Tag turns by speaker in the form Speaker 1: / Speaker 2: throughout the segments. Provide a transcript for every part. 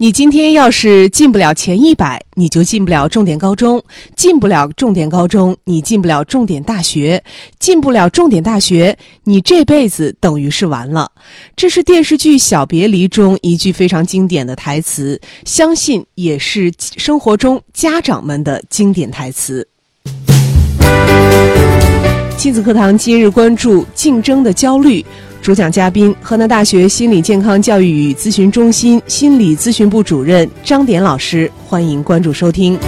Speaker 1: 你今天要是进不了前一百，你就进不了重点高中；进不了重点高中，你进不了重点大学；进不了重点大学，你这辈子等于是完了。这是电视剧《小别离》中一句非常经典的台词，相信也是生活中家长们的经典台词。亲子课堂今日关注竞争的焦虑，主讲嘉宾河南大学心理健康教育与咨询中心心理咨询部主任张典老师，欢迎关注收听。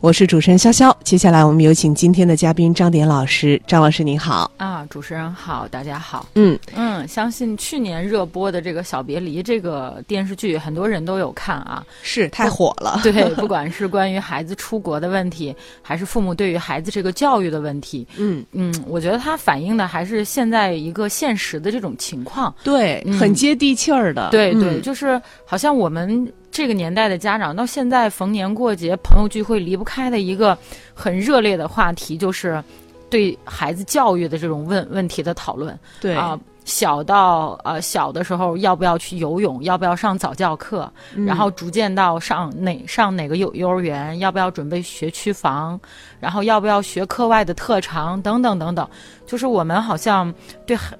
Speaker 1: 我是主持人潇潇，接下来我们有请今天的嘉宾张典老师。张老师您好，
Speaker 2: 啊，主持人好，大家好。
Speaker 1: 嗯，
Speaker 2: 嗯，相信去年热播的这个《小别离》这个电视剧，很多人都有看 啊。
Speaker 1: 是太火了，
Speaker 2: 对，不管是关于孩子出国的问题，还是父母对于孩子这个教育的问题，
Speaker 1: 嗯，
Speaker 2: 嗯，我觉得它反映的还是现在一个现实的这种情况。
Speaker 1: 对，
Speaker 2: 嗯
Speaker 1: 很接地气儿的，
Speaker 2: 对对，
Speaker 1: 嗯
Speaker 2: 就是好像我们这个年代的家长，到现在逢年过节、朋友聚会离不开的一个很热烈的话题，就是对孩子教育的这种问问题的讨论。
Speaker 1: 对
Speaker 2: 啊、小到呃小的时候要不要去游泳，要不要上早教课，
Speaker 1: 嗯
Speaker 2: 然后逐渐到上哪上哪个幼幼儿园，要不要准备学区房，然后要不要学课外的特长等等等等，就是我们好像对孩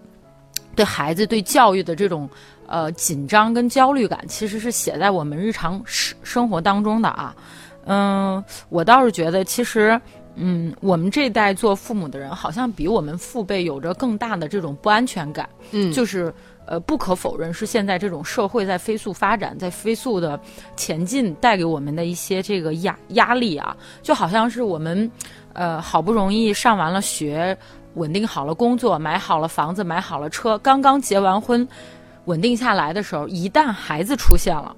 Speaker 2: 对孩子对教育的这种。呃，紧张跟焦虑感其实是写在我们日常生生活当中的啊。嗯，我倒是觉得，其实，嗯，我们这一代做父母的人，好像比我们父辈有着更大的这种不安全感。
Speaker 1: 嗯
Speaker 2: 就是呃，不可否认是现在这种社会在飞速发展、在飞速的前进带给我们的一些这个压压力啊，就好像是我们呃好不容易上完了学，稳定好了工作，买好了房子，买好了车，刚刚结完婚，稳定下来的时候，一旦孩子出现了，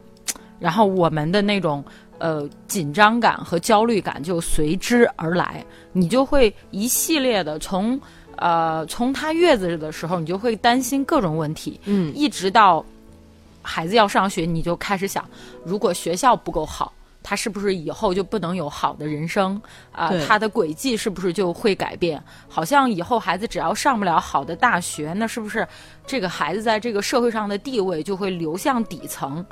Speaker 2: 然后我们的那种。呃，紧张感和焦虑感就随之而来，你就会一系列的从呃，从他月子的时候，你就会担心各种问题，
Speaker 1: 嗯
Speaker 2: 一直到孩子要上学，你就开始想，如果学校不够好，他是不是以后就不能有好的人生啊、
Speaker 1: 对
Speaker 2: 他的轨迹是不是就会改变？好像以后孩子只要上不了好的大学，那是不是这个孩子在这个社会上的地位就会流向底层？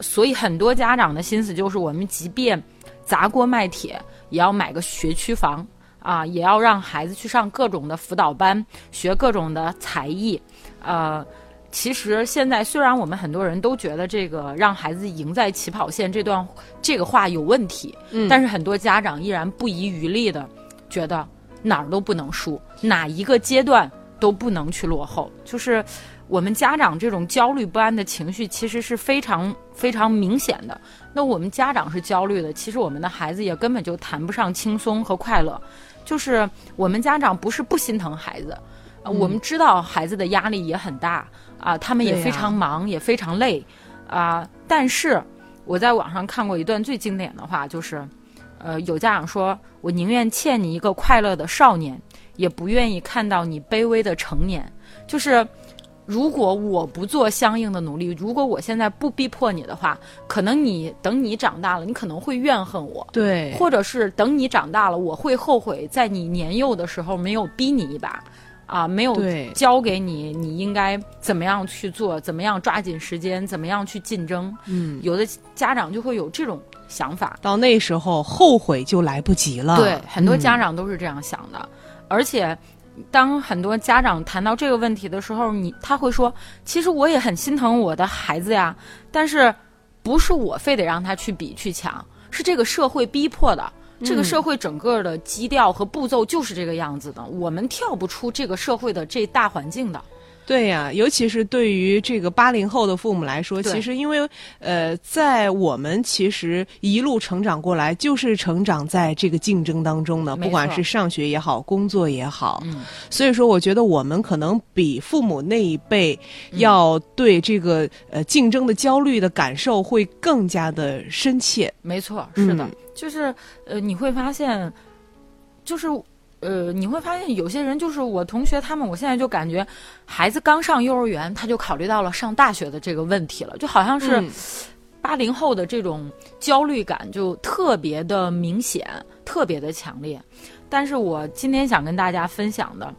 Speaker 2: 所以很多家长的心思就是，我们即便砸锅卖铁，也要买个学区房。啊，也要让孩子去上各种的辅导班，学各种的才艺，呃，其实现在虽然我们很多人都觉得这个让孩子赢在起跑线这段这个话有问题，
Speaker 1: 嗯
Speaker 2: 但是很多家长依然不遗余力的觉得哪儿都不能输，哪一个阶段都不能去落后。就是我们家长这种焦虑不安的情绪，其实是非常非常明显的。那我们家长是焦虑的，其实我们的孩子也根本就谈不上轻松和快乐。就是我们家长不是不心疼孩子，呃我们知道孩子的压力也很大啊、他们也
Speaker 1: 对呀
Speaker 2: 非常忙，也非常累啊、但是我在网上看过一段最经典的话，就是，呃，有家长说：“我宁愿欠你一个快乐的少年，也不愿意看到你卑微的成年。”就是。如果我不做相应的努力，如果我现在不逼迫你的话，可能你等你长大了，你可能会怨恨我，
Speaker 1: 对，
Speaker 2: 或者是等你长大了，我会后悔在你年幼的时候没有逼你一把，啊，没有
Speaker 1: 对
Speaker 2: 教给你你应该怎么样去做，怎么样抓紧时间，怎么样去竞争。
Speaker 1: 嗯，
Speaker 2: 有的家长就会有这种想法，
Speaker 1: 到那时候后悔就来不及了。
Speaker 2: 对，很多
Speaker 1: 嗯
Speaker 2: 家长都是这样想的，而且。当很多家长谈到这个问题的时候，你他会说：“其实我也很心疼我的孩子呀，但是不是我非得让他去比去抢，是这个社会逼迫的。这个社会整个的基调和步骤就是这个样子的，我们跳不出这个社会的这大环境的。
Speaker 1: 对呀、尤其是对于这个八零后的父母来说，
Speaker 2: 对
Speaker 1: 其实因为呃，在我们其实一路成长过来，就是成长在这个竞争当中的，
Speaker 2: 没
Speaker 1: 不管
Speaker 2: 错
Speaker 1: 是上学也好，工作也好，
Speaker 2: 嗯，
Speaker 1: 所以说，我觉得我们可能比父母那一辈要
Speaker 2: 嗯
Speaker 1: 对这个、呃竞争的焦虑的感受会更加的深切。
Speaker 2: 没错，是的，
Speaker 1: 嗯
Speaker 2: 就是呃，你会发现，就是呃，你会发现有些人就是我同学他们，我现在就感觉孩子刚上幼儿园，他就考虑到了上大学的这个问题了，就好像是
Speaker 1: 嗯
Speaker 2: 八零后的这种焦虑感就特别的明显，特别的强烈。但是我今天想跟大家分享的，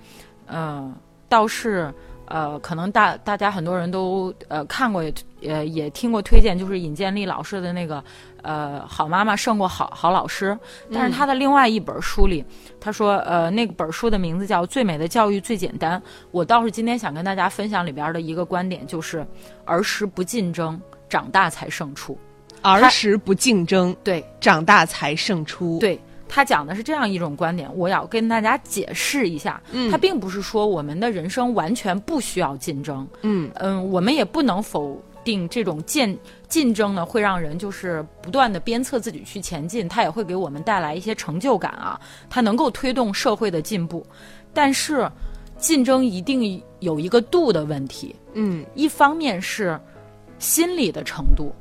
Speaker 2: 呃，倒是呃，可能大大家很多人都呃看过也呃也听过推荐，就是尹建莉老师的那个呃《好妈妈胜过好好老师》，但是他的另外一本书里，他说呃那本书的名字叫《最美的教育最简单》。我倒是今天想跟大家分享里边的一个观点，就是儿时不竞争，长大才胜出。
Speaker 1: 儿时不竞争，
Speaker 2: 对，
Speaker 1: 长大才胜出。，
Speaker 2: 对他讲的是这样一种观点，我要跟大家解释一下，
Speaker 1: 嗯
Speaker 2: 他并不是说我们的人生完全不需要竞争，
Speaker 1: 嗯
Speaker 2: 嗯，我们也不能否定这种竞竞争呢，会让人就是不断的鞭策自己去前进，它也会给我们带来一些成就感啊，它能够推动社会的进步，但是竞争一定有一个度的问题，
Speaker 1: 嗯
Speaker 2: 一方面是心理的程度，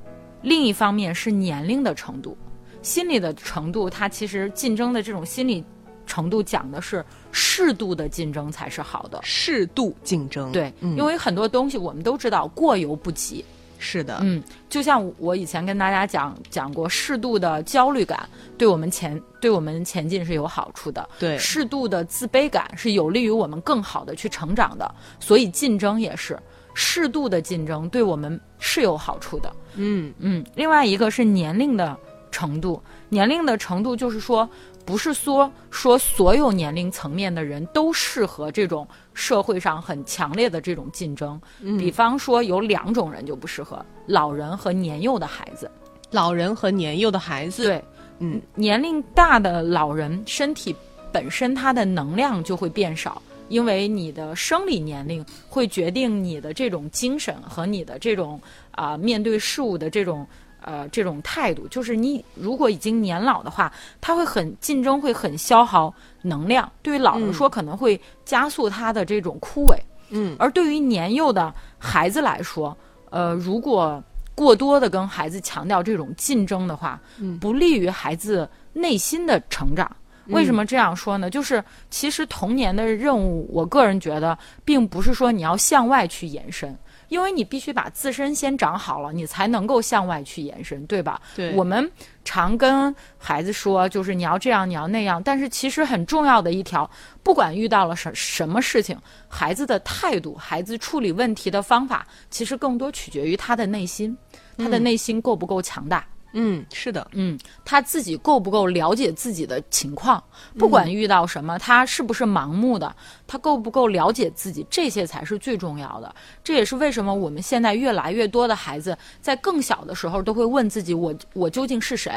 Speaker 2: 另一方面是年龄的程度。心理的程度，它其实竞争的这种心理程度讲的是适度的竞争才是好的。
Speaker 1: 适度竞争。
Speaker 2: 对，
Speaker 1: 嗯，
Speaker 2: 因为很多东西我们都知道过犹不及，
Speaker 1: 是的，
Speaker 2: 嗯，就像我以前跟大家讲讲过，适度的焦虑感对我们前对我们前进是有好处的，
Speaker 1: 对
Speaker 2: 适度的自卑感是有利于我们更好的去成长的，所以竞争也是适度的竞争对我们是有好处的。
Speaker 1: 嗯
Speaker 2: 嗯，另外一个是年龄的程度，年龄的程度就是说，不是说说所有年龄层面的人都适合这种社会上很强烈的这种竞争。
Speaker 1: 嗯
Speaker 2: 比方说有两种人就不适合，老人和年幼的孩子。
Speaker 1: 老人和年幼的孩子。，
Speaker 2: 对，
Speaker 1: 嗯，
Speaker 2: 年龄大的老人身体本身它的能量就会变少，因为你的生理年龄会决定你的这种精神和你的这种啊、面对事物的这种呃这种态度。就是你如果已经年老的话，它会很竞争，会很消耗能量。对于老人说，可能会加速他的这种枯萎。
Speaker 1: 嗯，
Speaker 2: 而对于年幼的孩子来说，呃，如果过多的跟孩子强调这种竞争的话，不利于孩子内心的成长。为什么这样说呢？就是其实童年的任务，我个人觉得，并不是说你要向外去延伸，因为你必须把自身先长好了，你才能够向外去延伸，对吧？
Speaker 1: 对
Speaker 2: 我们常跟孩子说，就是你要这样，你要那样，但是其实很重要的一条，不管遇到了什什么事情，孩子的态度、孩子处理问题的方法，其实更多取决于他的内心，他的内心够不够强大。
Speaker 1: 嗯，是的，
Speaker 2: 嗯，他自己够不够了解自己的情况？不管遇到什么，他是不是盲目的？他够不够了解自己？这些才是最重要的。这也是为什么我们现在越来越多的孩子在更小的时候都会问自己：我我究竟是谁？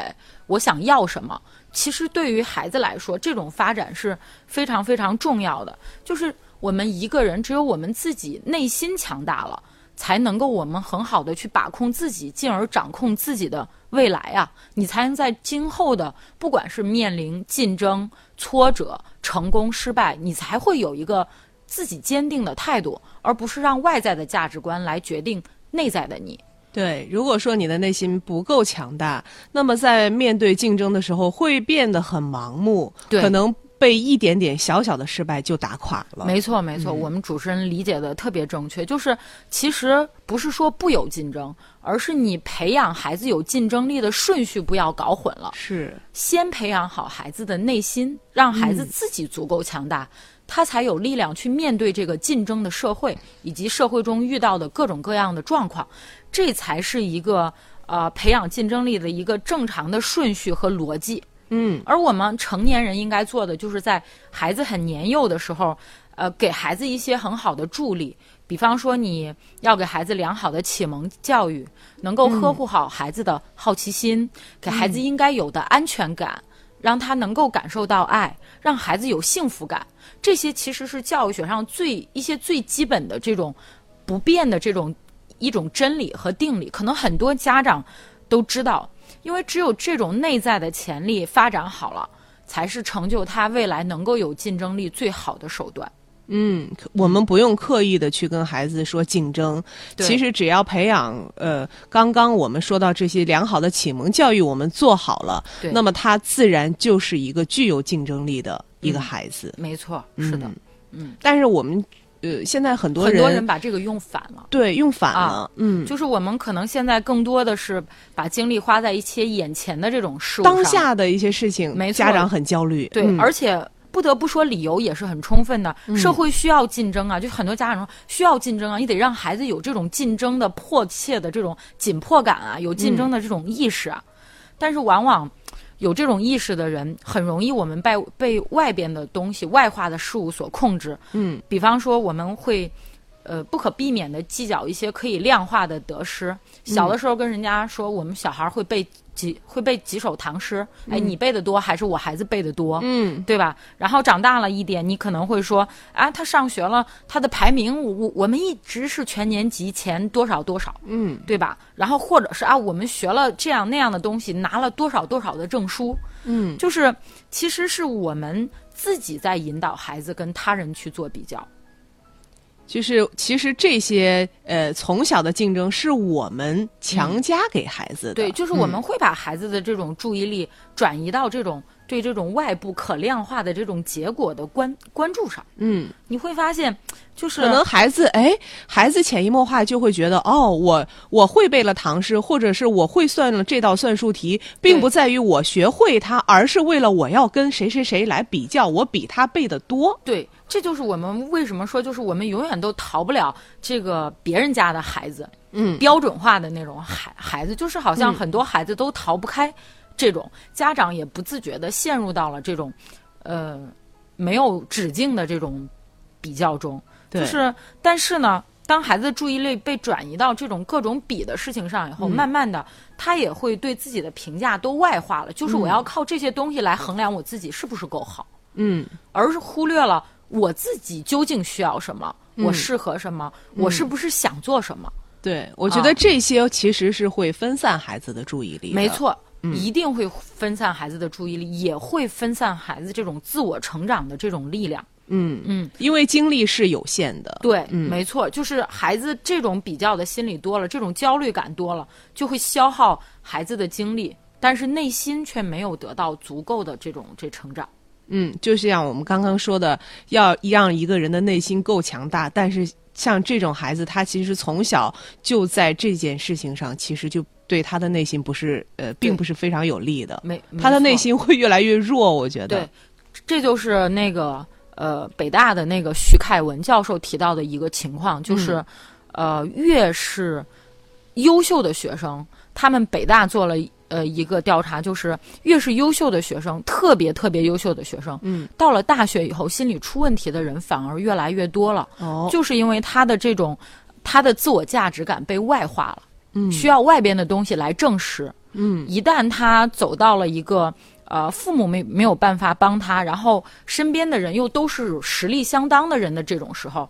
Speaker 2: 我想要什么？其实对于孩子来说，这种发展是非常非常重要的。就是我们一个人，只有我们自己内心强大了。才能够我们很好的去把控自己，进而掌控自己的未来啊！你才能在今后的不管是面临竞争、挫折、成功、失败，你才会有一个自己坚定的态度，而不是让外在的价值观来决定内在的你。
Speaker 1: 对。如果说你的内心不够强大，那么在面对竞争的时候会变得很盲目，
Speaker 2: 对
Speaker 1: 可能被一点点小小的失败就打垮了。
Speaker 2: 没错，没错，我们主持人理解的特别正确，就是其实不是说不有竞争，而是你培养孩子有竞争力的顺序不要搞混了。
Speaker 1: 是，
Speaker 2: 先培养好孩子的内心，让孩子自己足够强大，他才有力量去面对这个竞争的社会以及社会中遇到的各种各样的状况，这才是一个呃培养竞争力的一个正常的顺序和逻辑。
Speaker 1: 嗯，
Speaker 2: 而我们成年人应该做的，就是在孩子很年幼的时候，呃，给孩子一些很好的助力，比方说你要给孩子良好的启蒙教育，能够呵
Speaker 1: 嗯
Speaker 2: 护好孩子的好奇心，给孩子应该有的安全感，让他能够感受到爱，让孩子有幸福感。这些其实是教育学上最一些最基本的这种不变的这种一种真理和定理，可能很多家长都知道，因为只有这种内在的潜力发展好了，才是成就他未来能够有竞争力最好的手段。
Speaker 1: 嗯，可我们不用刻意的去跟孩子说竞争，
Speaker 2: 对
Speaker 1: 其实只要培养呃，刚刚我们说到这些良好的启蒙教育，我们做好了
Speaker 2: 对，
Speaker 1: 那么他自然就是一个具有竞争力的一
Speaker 2: 嗯
Speaker 1: 个孩子。
Speaker 2: 没错，是的，嗯
Speaker 1: 但是我们呃，现在很多
Speaker 2: 很
Speaker 1: 人
Speaker 2: 多人把这个用反了。
Speaker 1: 对用反了，
Speaker 2: 啊
Speaker 1: 嗯，
Speaker 2: 就是我们可能现在更多的是把精力花在一些眼前的这种事物上，
Speaker 1: 当下的一些事情，
Speaker 2: 没错
Speaker 1: 家长很焦虑，
Speaker 2: 对，
Speaker 1: 嗯
Speaker 2: 而且不得不说，理由也是很充分的。社会需要竞争啊，就很多家长说需要竞争啊，你得让孩子有这种竞争的迫切的这种紧迫感啊，有竞争的这种意识啊。但是往往有这种意识的人，很容易我们被被外边的东西、外化的事物所控制。
Speaker 1: 嗯，
Speaker 2: 比方说我们会。呃，不可避免的计较一些可以量化的得失。小的
Speaker 1: 嗯
Speaker 2: 时候跟人家说，我们小孩会背几会背几首唐诗，哎，你背的多还是我孩子背的多？
Speaker 1: 嗯，
Speaker 2: 对吧？然后长大了一点，你可能会说啊，他上学了，他的排名我我们一直是全年级前多少多少，
Speaker 1: 嗯，
Speaker 2: 对吧？然后或者是啊，我们学了这样那样的东西，拿了多少多少的证书，
Speaker 1: 嗯，
Speaker 2: 就是其实是我们自己在引导孩子跟他人去做比较，
Speaker 1: 就是其实这些呃从小的竞争是我们强加给孩子的，嗯
Speaker 2: 对，就是我们会把孩子的这种注意力转移到这种对这种外部可量化的这种结果的关关注上，
Speaker 1: 嗯，
Speaker 2: 你会发现，就是
Speaker 1: 可能孩子哎，孩子潜移默化就会觉得哦，我我会背了唐诗，或者是我会算了这道算术题，并
Speaker 2: 对
Speaker 1: 不在于我学会它，而是为了我要跟谁谁谁来比较，我比他背的多。
Speaker 2: 对，这就是我们为什么说，就是我们永远都逃不了这个别人家的孩子，
Speaker 1: 嗯
Speaker 2: 标准化的那种孩孩子，就是好像
Speaker 1: 嗯
Speaker 2: 很多孩子都逃不开这种，家长也不自觉的陷入到了这种，呃，没有止境的这种比较中。
Speaker 1: 对
Speaker 2: 就是，但是呢，当孩子的注意力被转移到这种各种比的事情上以后，
Speaker 1: 嗯
Speaker 2: 慢慢的，他也会对自己的评价都外化了，就是我要靠这些东西来衡量我自己是不是够好。
Speaker 1: 嗯
Speaker 2: 而是忽略了我自己究竟需要什么，
Speaker 1: 嗯
Speaker 2: 我适合什么，我是不是想做什么？
Speaker 1: 对，我觉得
Speaker 2: 啊
Speaker 1: 这些其实是会分散孩子的注意力的。嗯
Speaker 2: 没错，一定会分散孩子的注意力，也会分散孩子这种自我成长的这种力量。
Speaker 1: 嗯
Speaker 2: 嗯，
Speaker 1: 因为精力是有限的。
Speaker 2: 对，
Speaker 1: 嗯
Speaker 2: 没错，就是孩子这种比较的心理多了，这种焦虑感多了，就会消耗孩子的精力，但是内心却没有得到足够的这种这成长。
Speaker 1: 嗯，就像我们刚刚说的，要让一个人的内心够强大，但是像这种孩子，他其实从小就在这件事情上，其实就对他的内心不是呃，并不是非常有利的，
Speaker 2: 没，
Speaker 1: 他的
Speaker 2: 没
Speaker 1: 内
Speaker 2: 错
Speaker 1: 心会越来越弱，我觉得
Speaker 2: 对。，这就是那个呃，北大的那个徐凯文教授提到的一个情
Speaker 1: 嗯
Speaker 2: 况，就是、呃，越是优秀的学生，他们北大做了呃一个调查，就是越是优秀的学生，特别特别优秀的学生，
Speaker 1: 嗯，
Speaker 2: 到了大学以后，心理出问题的人反而越来越多了，
Speaker 1: 哦，
Speaker 2: 就是因为他的这种他的自我价值感被外化了。
Speaker 1: 嗯
Speaker 2: 需要外边的东西来证实。
Speaker 1: 嗯，
Speaker 2: 一旦他走到了一个呃父母没没有办法帮他，然后身边的人又都是实力相当的人的这种时候，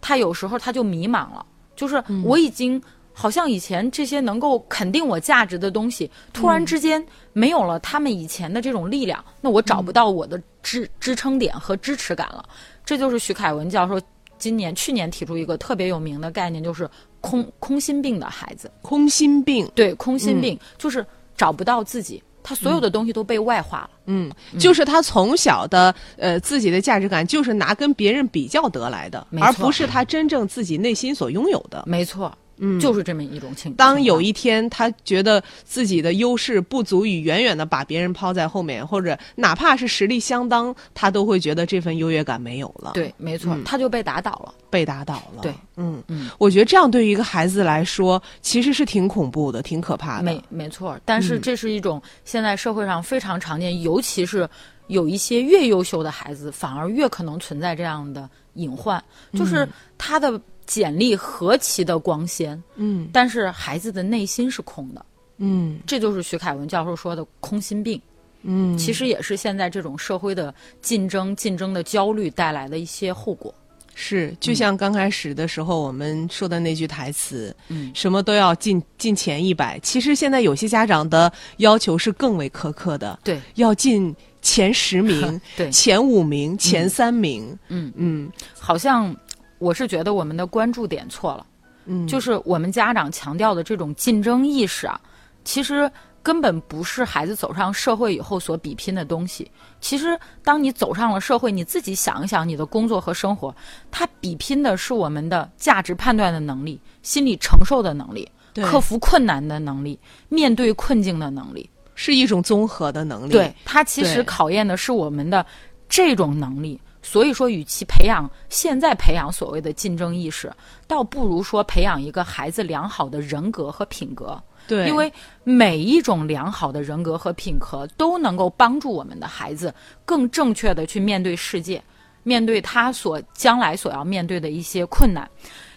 Speaker 2: 他有时候他就迷茫了，就是我已经。好像以前这些能够肯定我价值的东西，突然之间没有了他们以前的这种力量，那我找不到我的支支撑点和支持感了。这就是徐凯文教授今年去年提出一个特别有名的概念，就是空空心病的孩子。
Speaker 1: 空心病，
Speaker 2: 对，空心病、就是找不到自己，他所有的东西都被外化了。
Speaker 1: 嗯，就是他从小的呃自己的价值感，就是拿跟别人比较得来的
Speaker 2: 没，错
Speaker 1: 而不是他真正自己内心所拥有的。
Speaker 2: 没错，嗯，就是这么一种情。
Speaker 1: 当有
Speaker 2: 一
Speaker 1: 一天他觉得自己的优势不足以远远的把别人抛在后面，或者哪怕是实力相当，他都会觉得这份优越感没有了，，
Speaker 2: 对，没错，他就被打倒了。
Speaker 1: 被打倒了。
Speaker 2: 对，
Speaker 1: 嗯
Speaker 2: 嗯，
Speaker 1: 我觉得这样对于一个孩子来说，其实是挺恐怖的，挺可怕的
Speaker 2: 没。没错，但是这是一种现在社会上非常常见，尤其是有一些越优秀的孩子，反而越可能存在这样的隐患，就是他的简历何其的光鲜，
Speaker 1: 嗯
Speaker 2: 但是孩子的内心是空的。
Speaker 1: 嗯
Speaker 2: 这就是徐凯文教授说的空心病。
Speaker 1: 嗯，
Speaker 2: 其实也是现在这种社会的竞争、竞争的焦虑带来的一些后果。
Speaker 1: 是，就像刚开始的时候我们说的那句台词，
Speaker 2: 嗯
Speaker 1: 什么都要进进前一百。其实现在有些家长的要求是更为苛刻的，
Speaker 2: 对
Speaker 1: 要进前十 名、
Speaker 2: 对，
Speaker 1: 前五名、前三名。
Speaker 2: 嗯
Speaker 1: 嗯
Speaker 2: 好像我是觉得我们的关注点错了，
Speaker 1: 嗯，
Speaker 2: 就是我们家长强调的这种竞争意识啊，其实根本不是孩子走上社会以后所比拼的东西。其实，当你走上了社会，你自己想一想，你的工作和生活，它比拼的是我们的价值判断的能力、心理承受的能力、
Speaker 1: 对
Speaker 2: 克服困难的能力、面对困境的能力。
Speaker 1: 是一种综合的能力。
Speaker 2: 对，它其实
Speaker 1: 对
Speaker 2: 考验的是我们的这种能力。所以说，与其培养现在培养所谓的竞争意识，倒不如说培养一个孩子良好的人格和品格。
Speaker 1: 对，
Speaker 2: 因为每一种良好的人格和品格都能够帮助我们的孩子更正确的去面对世界，面对他所将来所要面对的一些困难。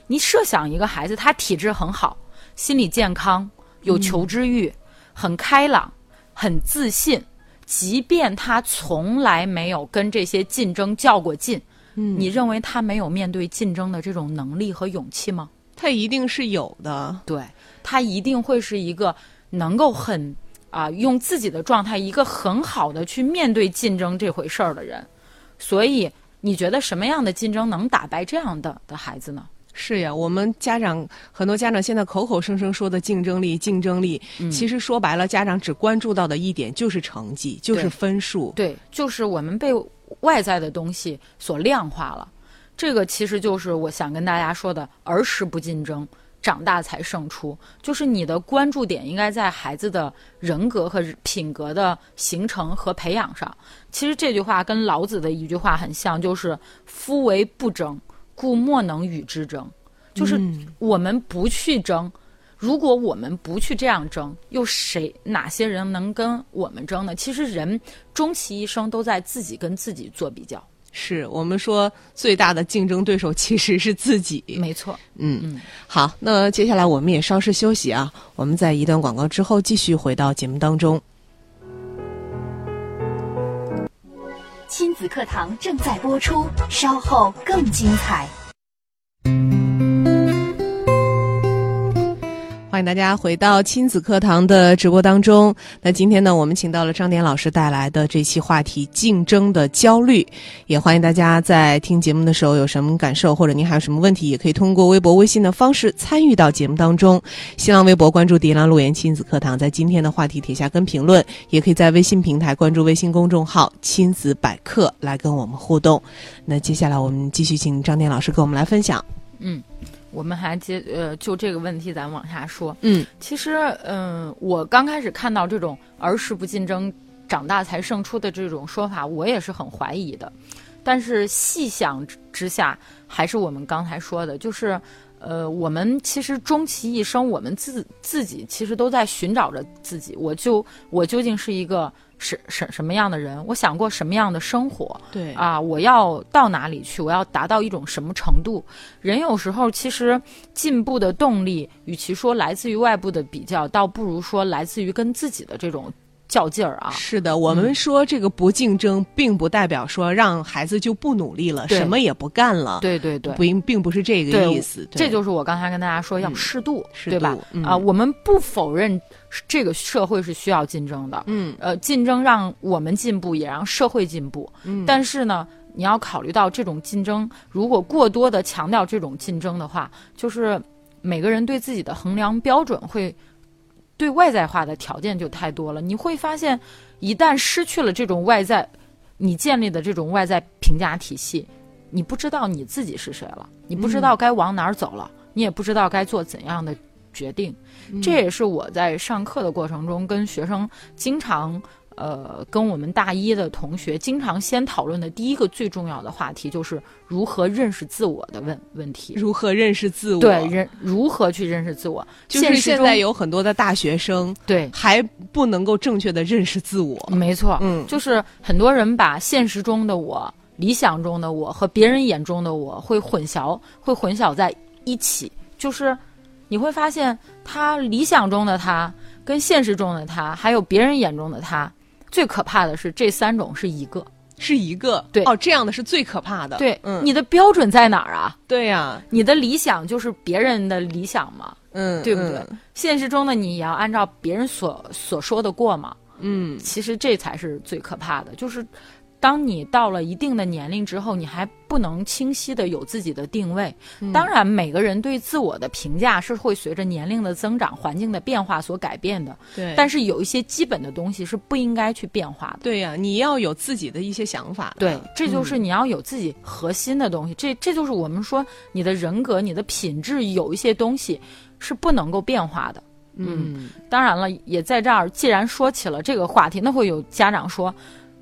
Speaker 2: 你设想一个孩子，他体质很好，心理健康，有求知欲，很开朗，很自信，即便他从来没有跟这些竞争较过劲，你认为他没有面对竞争的这种能力和勇气吗？
Speaker 1: 它一定是有的。
Speaker 2: 对他一定会是一个能够很啊、用自己的状态，一个很好的去面对竞争这回事儿的人。所以，你觉得什么样的竞争能打败这样的的孩子呢？
Speaker 1: 是呀，我们家长很多家长现在口口声声说的竞争力，竞争力，其实说白了，家长只关注到的一点就是成绩，就是
Speaker 2: 对
Speaker 1: 分数。
Speaker 2: 对，就是我们被外在的东西所量化了。这个其实就是我想跟大家说的：儿时不竞争，长大才胜出。就是你的关注点应该在孩子的人格和品格的形成和培养上。其实这句话跟老子的一句话很像，就是“夫为不争，故莫能与之争”。就是我们不去争，如果我们不去这样争，又谁哪些人能跟我们争呢？其实人终其一生都在自己跟自己做比较，
Speaker 1: 是我们说最大的竞争对手其实是自己。
Speaker 2: 没错。
Speaker 1: 嗯，好，那接下来我们也稍事休息啊，我们在一段广告之后继续回到节目当中。
Speaker 3: 亲子课堂正在播出，稍后更精彩。
Speaker 1: 欢迎大家回到亲子课堂的直播当中。那今天呢，我们请到了张典老师带来的这期话题“竞争的焦虑”，也欢迎大家在听节目的时候有什么感受，或者您还有什么问题，也可以通过微博、微信的方式参与到节目当中。新浪微博关注“迪兰路言亲子课堂”，在今天的话题底下跟评论，也可以在微信平台关注微信公众号“亲子百科”来跟我们互动。那接下来我们继续请张典老师跟我们来分享。
Speaker 2: 我们还接呃，就这个问题，咱往下说。
Speaker 1: 嗯，
Speaker 2: 其实，嗯、我刚开始看到这种“儿时不竞争，长大才胜出”的这种说法，我也是很怀疑的。但是细想之之下，还是我们刚才说的，就是，呃，我们其实终其一生，我们自自己其实都在寻找着自己。我就我究竟是一个什什什么样的人？我想过什么样的生活？
Speaker 1: 对
Speaker 2: 啊，我要到哪里去？我要达到一种什么程度？人有时候其实进步的动力，与其说来自于外部的比较，倒不如说来自于跟自己的这种较劲儿啊。
Speaker 1: 是的，我们说这个不竞争，并不代表说让孩子就不努力了，
Speaker 2: 对
Speaker 1: 什么也不干了。，
Speaker 2: 对对对。
Speaker 1: 不，并不是这个
Speaker 2: 对
Speaker 1: 意思。对嗯
Speaker 2: 这就是我刚才跟大家说要适度，
Speaker 1: 适
Speaker 2: 对吧
Speaker 1: 度？嗯
Speaker 2: 啊，我们不否认这个社会是需要竞争的，
Speaker 1: 嗯，
Speaker 2: 呃，竞争让我们进步，也让社会进步，嗯，但是呢，你要考虑到这种竞争，如果过多的强调这种竞争的话，就是每个人对自己的衡量标准会对外在化的条件就太多了，你会发现，一旦失去了这种外在，你建立的这种外在评价体系，你不知道你自己是谁了，你不知道该往哪儿走了，你也不知道该做怎样的决定。
Speaker 1: 嗯
Speaker 2: 这也是我在上课的过程中跟学生经常。呃，跟我们大一的同学经常先讨论的第一个最重要的话题，就是如何认识自我的问问题。
Speaker 1: 如何认识自我。
Speaker 2: 对，人如何去认识自我？
Speaker 1: 就是
Speaker 2: 实
Speaker 1: 现
Speaker 2: 中
Speaker 1: 在有很多的大学生
Speaker 2: 对
Speaker 1: 还不能够正确的认识自我。
Speaker 2: 没错，
Speaker 1: 嗯
Speaker 2: 就是很多人把现实中的我、理想中的我和别人眼中的我会混淆，会混淆在一起。就是你会发现，他理想中的他跟现实中的他，还有别人眼中的他，最可怕的是这三种是一个。
Speaker 1: 是一个
Speaker 2: 对
Speaker 1: 哦，这样的是最可怕的。
Speaker 2: 对，
Speaker 1: 嗯，
Speaker 2: 你的标准在哪儿啊？
Speaker 1: 对呀、
Speaker 2: 你的理想就是别人的理想嘛，
Speaker 1: 嗯，
Speaker 2: 对不对？
Speaker 1: 嗯
Speaker 2: 现实中的你也要按照别人所所说的过嘛。
Speaker 1: 嗯，
Speaker 2: 其实这才是最可怕的，就是当你到了一定的年龄之后，你还不能清晰的有自己的定位。当然，每个人对自我的评价是会随着年龄的增长、环境的变化所改变的。
Speaker 1: 对
Speaker 2: 但
Speaker 1: 是
Speaker 2: 是有一些基本的东西是不应该去变化的。
Speaker 1: 对呀、你要有自己的嗯一些想法。
Speaker 2: 对，这就是你要有自己核心的东西，这这就是我们说你的人格、你的品质有一些东西是不能够变化的。
Speaker 1: 嗯，
Speaker 2: 当然了，也在这儿，既然说起了这个话题，那会有家长说。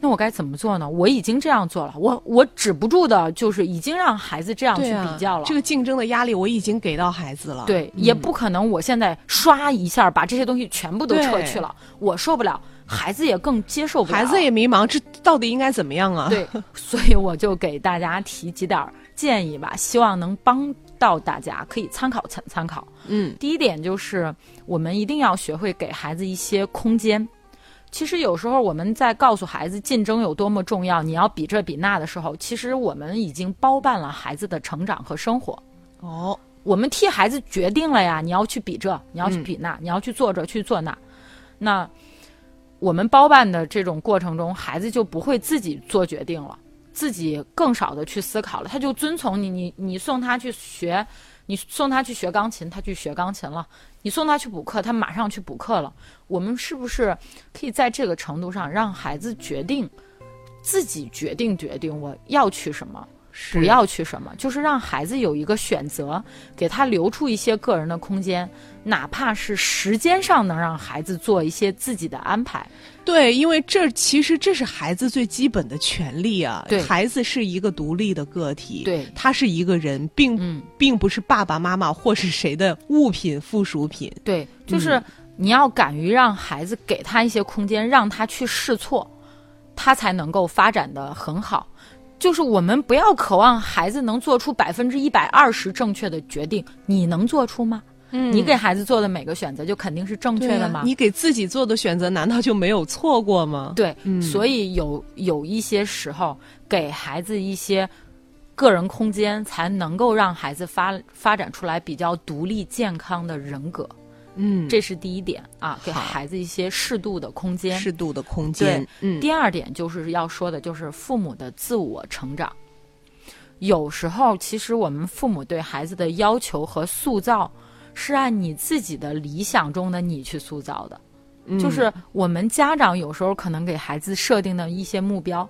Speaker 2: 那我该怎么做呢？我已经这样做了，我我止不住的，就是已经让孩子这样去
Speaker 1: 对啊
Speaker 2: 比较了。
Speaker 1: 这个竞争的压力我已经给到孩子了。嗯
Speaker 2: 对，也不可能我现在刷一下把这些东西全部都撤
Speaker 1: 对
Speaker 2: 去了，我受不了，孩子也更接受不了，
Speaker 1: 孩子也迷茫，这到底应该怎么样啊？
Speaker 2: 哦对，所以我就给大家提几点儿建议吧，希望能帮到大家，可以参考参参考。
Speaker 1: 嗯，
Speaker 2: 第一点就是我们一定要学会给孩子一些空间。其实有时候我们在告诉孩子竞争有多么重要，你要比这比那的时候，其实我们已经包办了孩子的成长和生活。
Speaker 1: 哦，
Speaker 2: 我们替孩子决定了呀，你要去比这，你要去比那，你要去做这，去做那。那我们包办的这种过程中，孩子就不会自己做决定了，自己更少的去思考了，他就遵从你，你你送他去学，你送他去学钢琴，他去学钢琴了；你送他去补课，他马上去补课了。我们是不是可以在这个程度上让孩子决定，自己决定决定我要去什么？
Speaker 1: 是
Speaker 2: 不要去什么，就是让孩子有一个选择，给他留出一些个人的空间，哪怕是时间上能让孩子做一些自己的安排。
Speaker 1: 对，因为这其实这是孩子最基本的权利啊。
Speaker 2: 对
Speaker 1: 孩子是一个独立的个体，
Speaker 2: 对
Speaker 1: 他是一个人，并、
Speaker 2: 嗯
Speaker 1: 并不是爸爸妈妈或是谁的物品、附属品。
Speaker 2: 对，就是你要敢于让孩子给他一些空间，让他去试错，他才能够发展的很好。就是我们不要渴望孩子能做出百分之一百二十正确的决定，你能做出吗？嗯，你给孩子做的每个选择就肯定是正确的
Speaker 1: 啊
Speaker 2: 吗？
Speaker 1: 你给自己做的选择，难道就没有错过吗？
Speaker 2: 对，所以有有一些时候给孩子一些个人空间，才能够让孩子发发展出来比较独立健康的人格，
Speaker 1: 嗯，
Speaker 2: 这是第一点啊，给
Speaker 1: 好
Speaker 2: 孩子一些适度的空间。
Speaker 1: 适度的空间
Speaker 2: 对，，
Speaker 1: 嗯，
Speaker 2: 第二点就是要说的就是父母的自我成长。有时候，其实我们父母对孩子的要求和塑造，是按你自己的理想中的你去塑造的。
Speaker 1: 嗯
Speaker 2: 就是我们家长有时候可能给孩子设定的一些目标，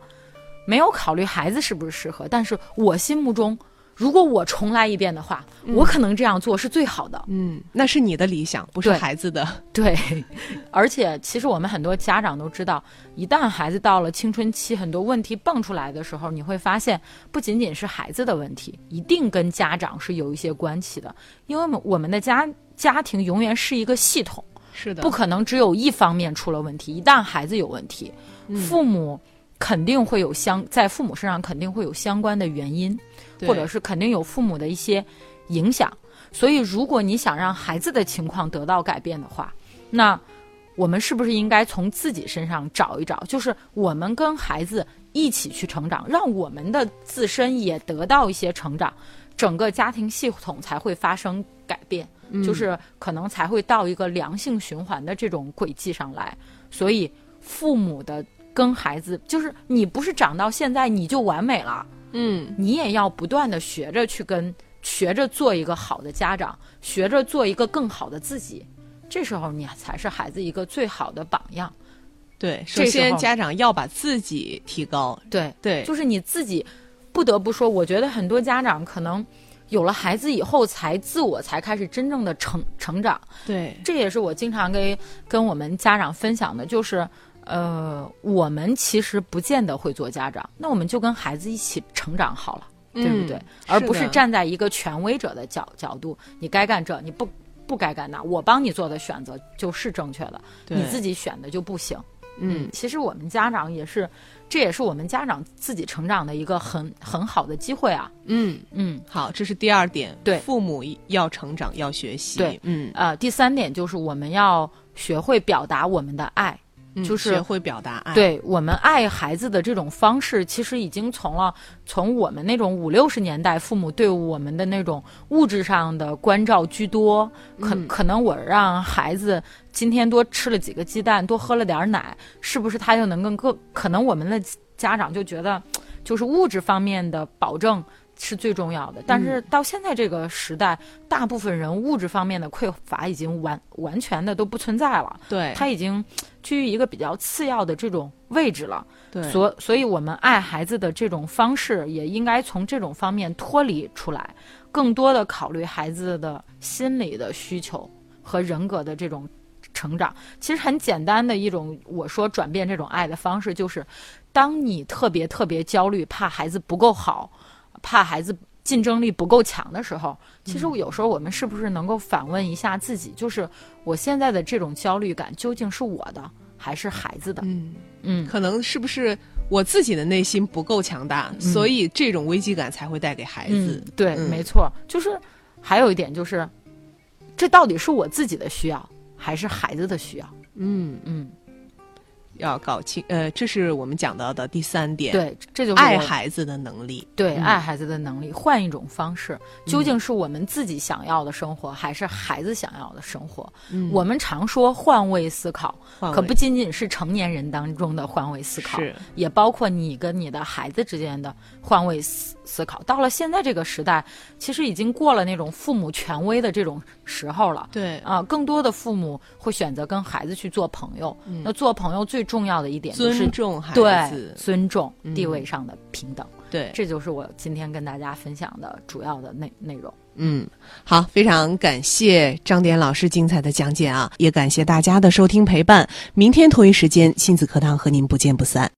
Speaker 2: 没有考虑孩子是不是适合。但是我心目中，如果我重来一遍的话，我可能这样做是最好的。
Speaker 1: 嗯，那是你的理想，不是
Speaker 2: 对
Speaker 1: 孩子 的。
Speaker 2: 对，而且其实我们很多家长都知道，一旦孩子到了青春期，很多问题蹦出来的时候，你会发现不仅仅是孩子的问题，一定跟家长是有一些关系的，因为我们我们的家家庭永远是一个系统，
Speaker 1: 是的
Speaker 2: 不可能只有一方面出了问题。一旦孩子有问题，父母肯定会有相在父母身上肯定会有相关的原因，
Speaker 1: 对
Speaker 2: 或者是肯定有父母的一些影响。所以，如果你想让孩子的情况得到改变的话，那我们是不是应该从自己身上找一找？就是我们跟孩子一起去成长，让我们的自身也得到一些成长，整个家庭系统才会发生改变，就是可能才会到一个良性循环的这种轨迹上来。所以，父母的跟孩子，就是你不是长到现在你就完美了，
Speaker 1: 嗯，
Speaker 2: 你也要不断的学着去跟，学着做一个好的家长，学着做一个更好的自己。这时候你才是孩子一个最好的榜样。
Speaker 1: 对。首
Speaker 2: 这时
Speaker 1: 先，
Speaker 2: 候
Speaker 1: 家长要把自己提高。
Speaker 2: 对
Speaker 1: 对，
Speaker 2: 就是你自己，不得不说，我觉得很多家长可能有了孩子以后才自我才开始真正的成成长。
Speaker 1: 对，
Speaker 2: 这也是我经常跟跟我们家长分享的，就是呃，我们其实不见得会做家长，那我们就跟孩子一起成长好了，对不
Speaker 1: 嗯
Speaker 2: 对？而不
Speaker 1: 是
Speaker 2: 是
Speaker 1: 的
Speaker 2: 站在一个权威者的角角度，你该干这，你不不该干那，我帮你做的选择就是正确的，
Speaker 1: 对
Speaker 2: 你自己选的就不行。
Speaker 1: 嗯，
Speaker 2: 其实我们家长也是，这也是我们家长自己成长的一个很很好的机会啊。
Speaker 1: 嗯。
Speaker 2: 嗯，
Speaker 1: 好，这是第二点，
Speaker 2: 对
Speaker 1: 父母要成长，要学习，
Speaker 2: 对
Speaker 1: 嗯，
Speaker 2: 呃，第三点就是我们要学会表达我们的爱。
Speaker 1: 嗯
Speaker 2: 就是
Speaker 1: 学会表达爱。，
Speaker 2: 对我们爱孩子的这种方式，其实已经从了从我们那种五六十年代父母对我们的那种物质上的关照居多，可、可能我让孩子今天多吃了几个鸡蛋，多喝了点儿奶，是不是他就能更更？可能我们的家长就觉得，就是物质方面的保证。是最重要的，但是到现在这个时代，大部分人物质方面的匮乏已经完完全的都不存在了。
Speaker 1: 对，
Speaker 2: 他已经居于一个比较次要的这种位置了。
Speaker 1: 对，
Speaker 2: 所所以，我们爱孩子的这种方式，也应该从这种方面脱离出来，更多的考虑孩子的心理的需求和人格的这种成长。其实很简单的一种，我说转变这种爱的方式，就是当你特别特别焦虑，怕孩子不够好，怕孩子。竞争力不够强的时候，
Speaker 1: 嗯
Speaker 2: 其实有时候我们是不是能够反问一下自己，就是我现在的这种焦虑感究竟是我的还是孩子的？
Speaker 1: 嗯，
Speaker 2: 嗯，
Speaker 1: 可能是不是我自己的内心不够强大，所以这种危机感才会带给孩子。
Speaker 2: 嗯、对，
Speaker 1: 嗯
Speaker 2: 没错，就是还有一点就是，这到底是我自己的需要还是孩子的需要？
Speaker 1: 嗯，
Speaker 2: 嗯，
Speaker 1: 要搞清，呃，这是我们讲到的第三点，，
Speaker 2: 对，这就是
Speaker 1: 爱
Speaker 2: 我
Speaker 1: 孩子的能力。
Speaker 2: 对、
Speaker 1: 嗯
Speaker 2: 爱孩子的能力，换一种方式，究竟是我们自己想要的生活，还是孩子想要的生活？
Speaker 1: 嗯
Speaker 2: 我们常说换位思考，
Speaker 1: 换
Speaker 2: 可
Speaker 1: 位
Speaker 2: 不仅仅是成年人当中的换位思考，
Speaker 1: 是
Speaker 2: 也包括你跟你的孩子之间的换位思思考。到了现在这个时代，其实已经过了那种父母权威的这种时候了。
Speaker 1: 对
Speaker 2: 啊，更多的父母会选择跟孩子去做朋友。那做朋友最重要的一点就是
Speaker 1: 嗯尊重孩
Speaker 2: 对
Speaker 1: 子，
Speaker 2: 尊重、
Speaker 1: 嗯
Speaker 2: 地位上的平等，
Speaker 1: 对，
Speaker 2: 这就是我今天跟大家分享的主要的内内容。
Speaker 1: 嗯，好，非常感谢张典老师精彩的讲解啊，也感谢大家的收听陪伴。明天同一时间，亲子课堂和您不见不散。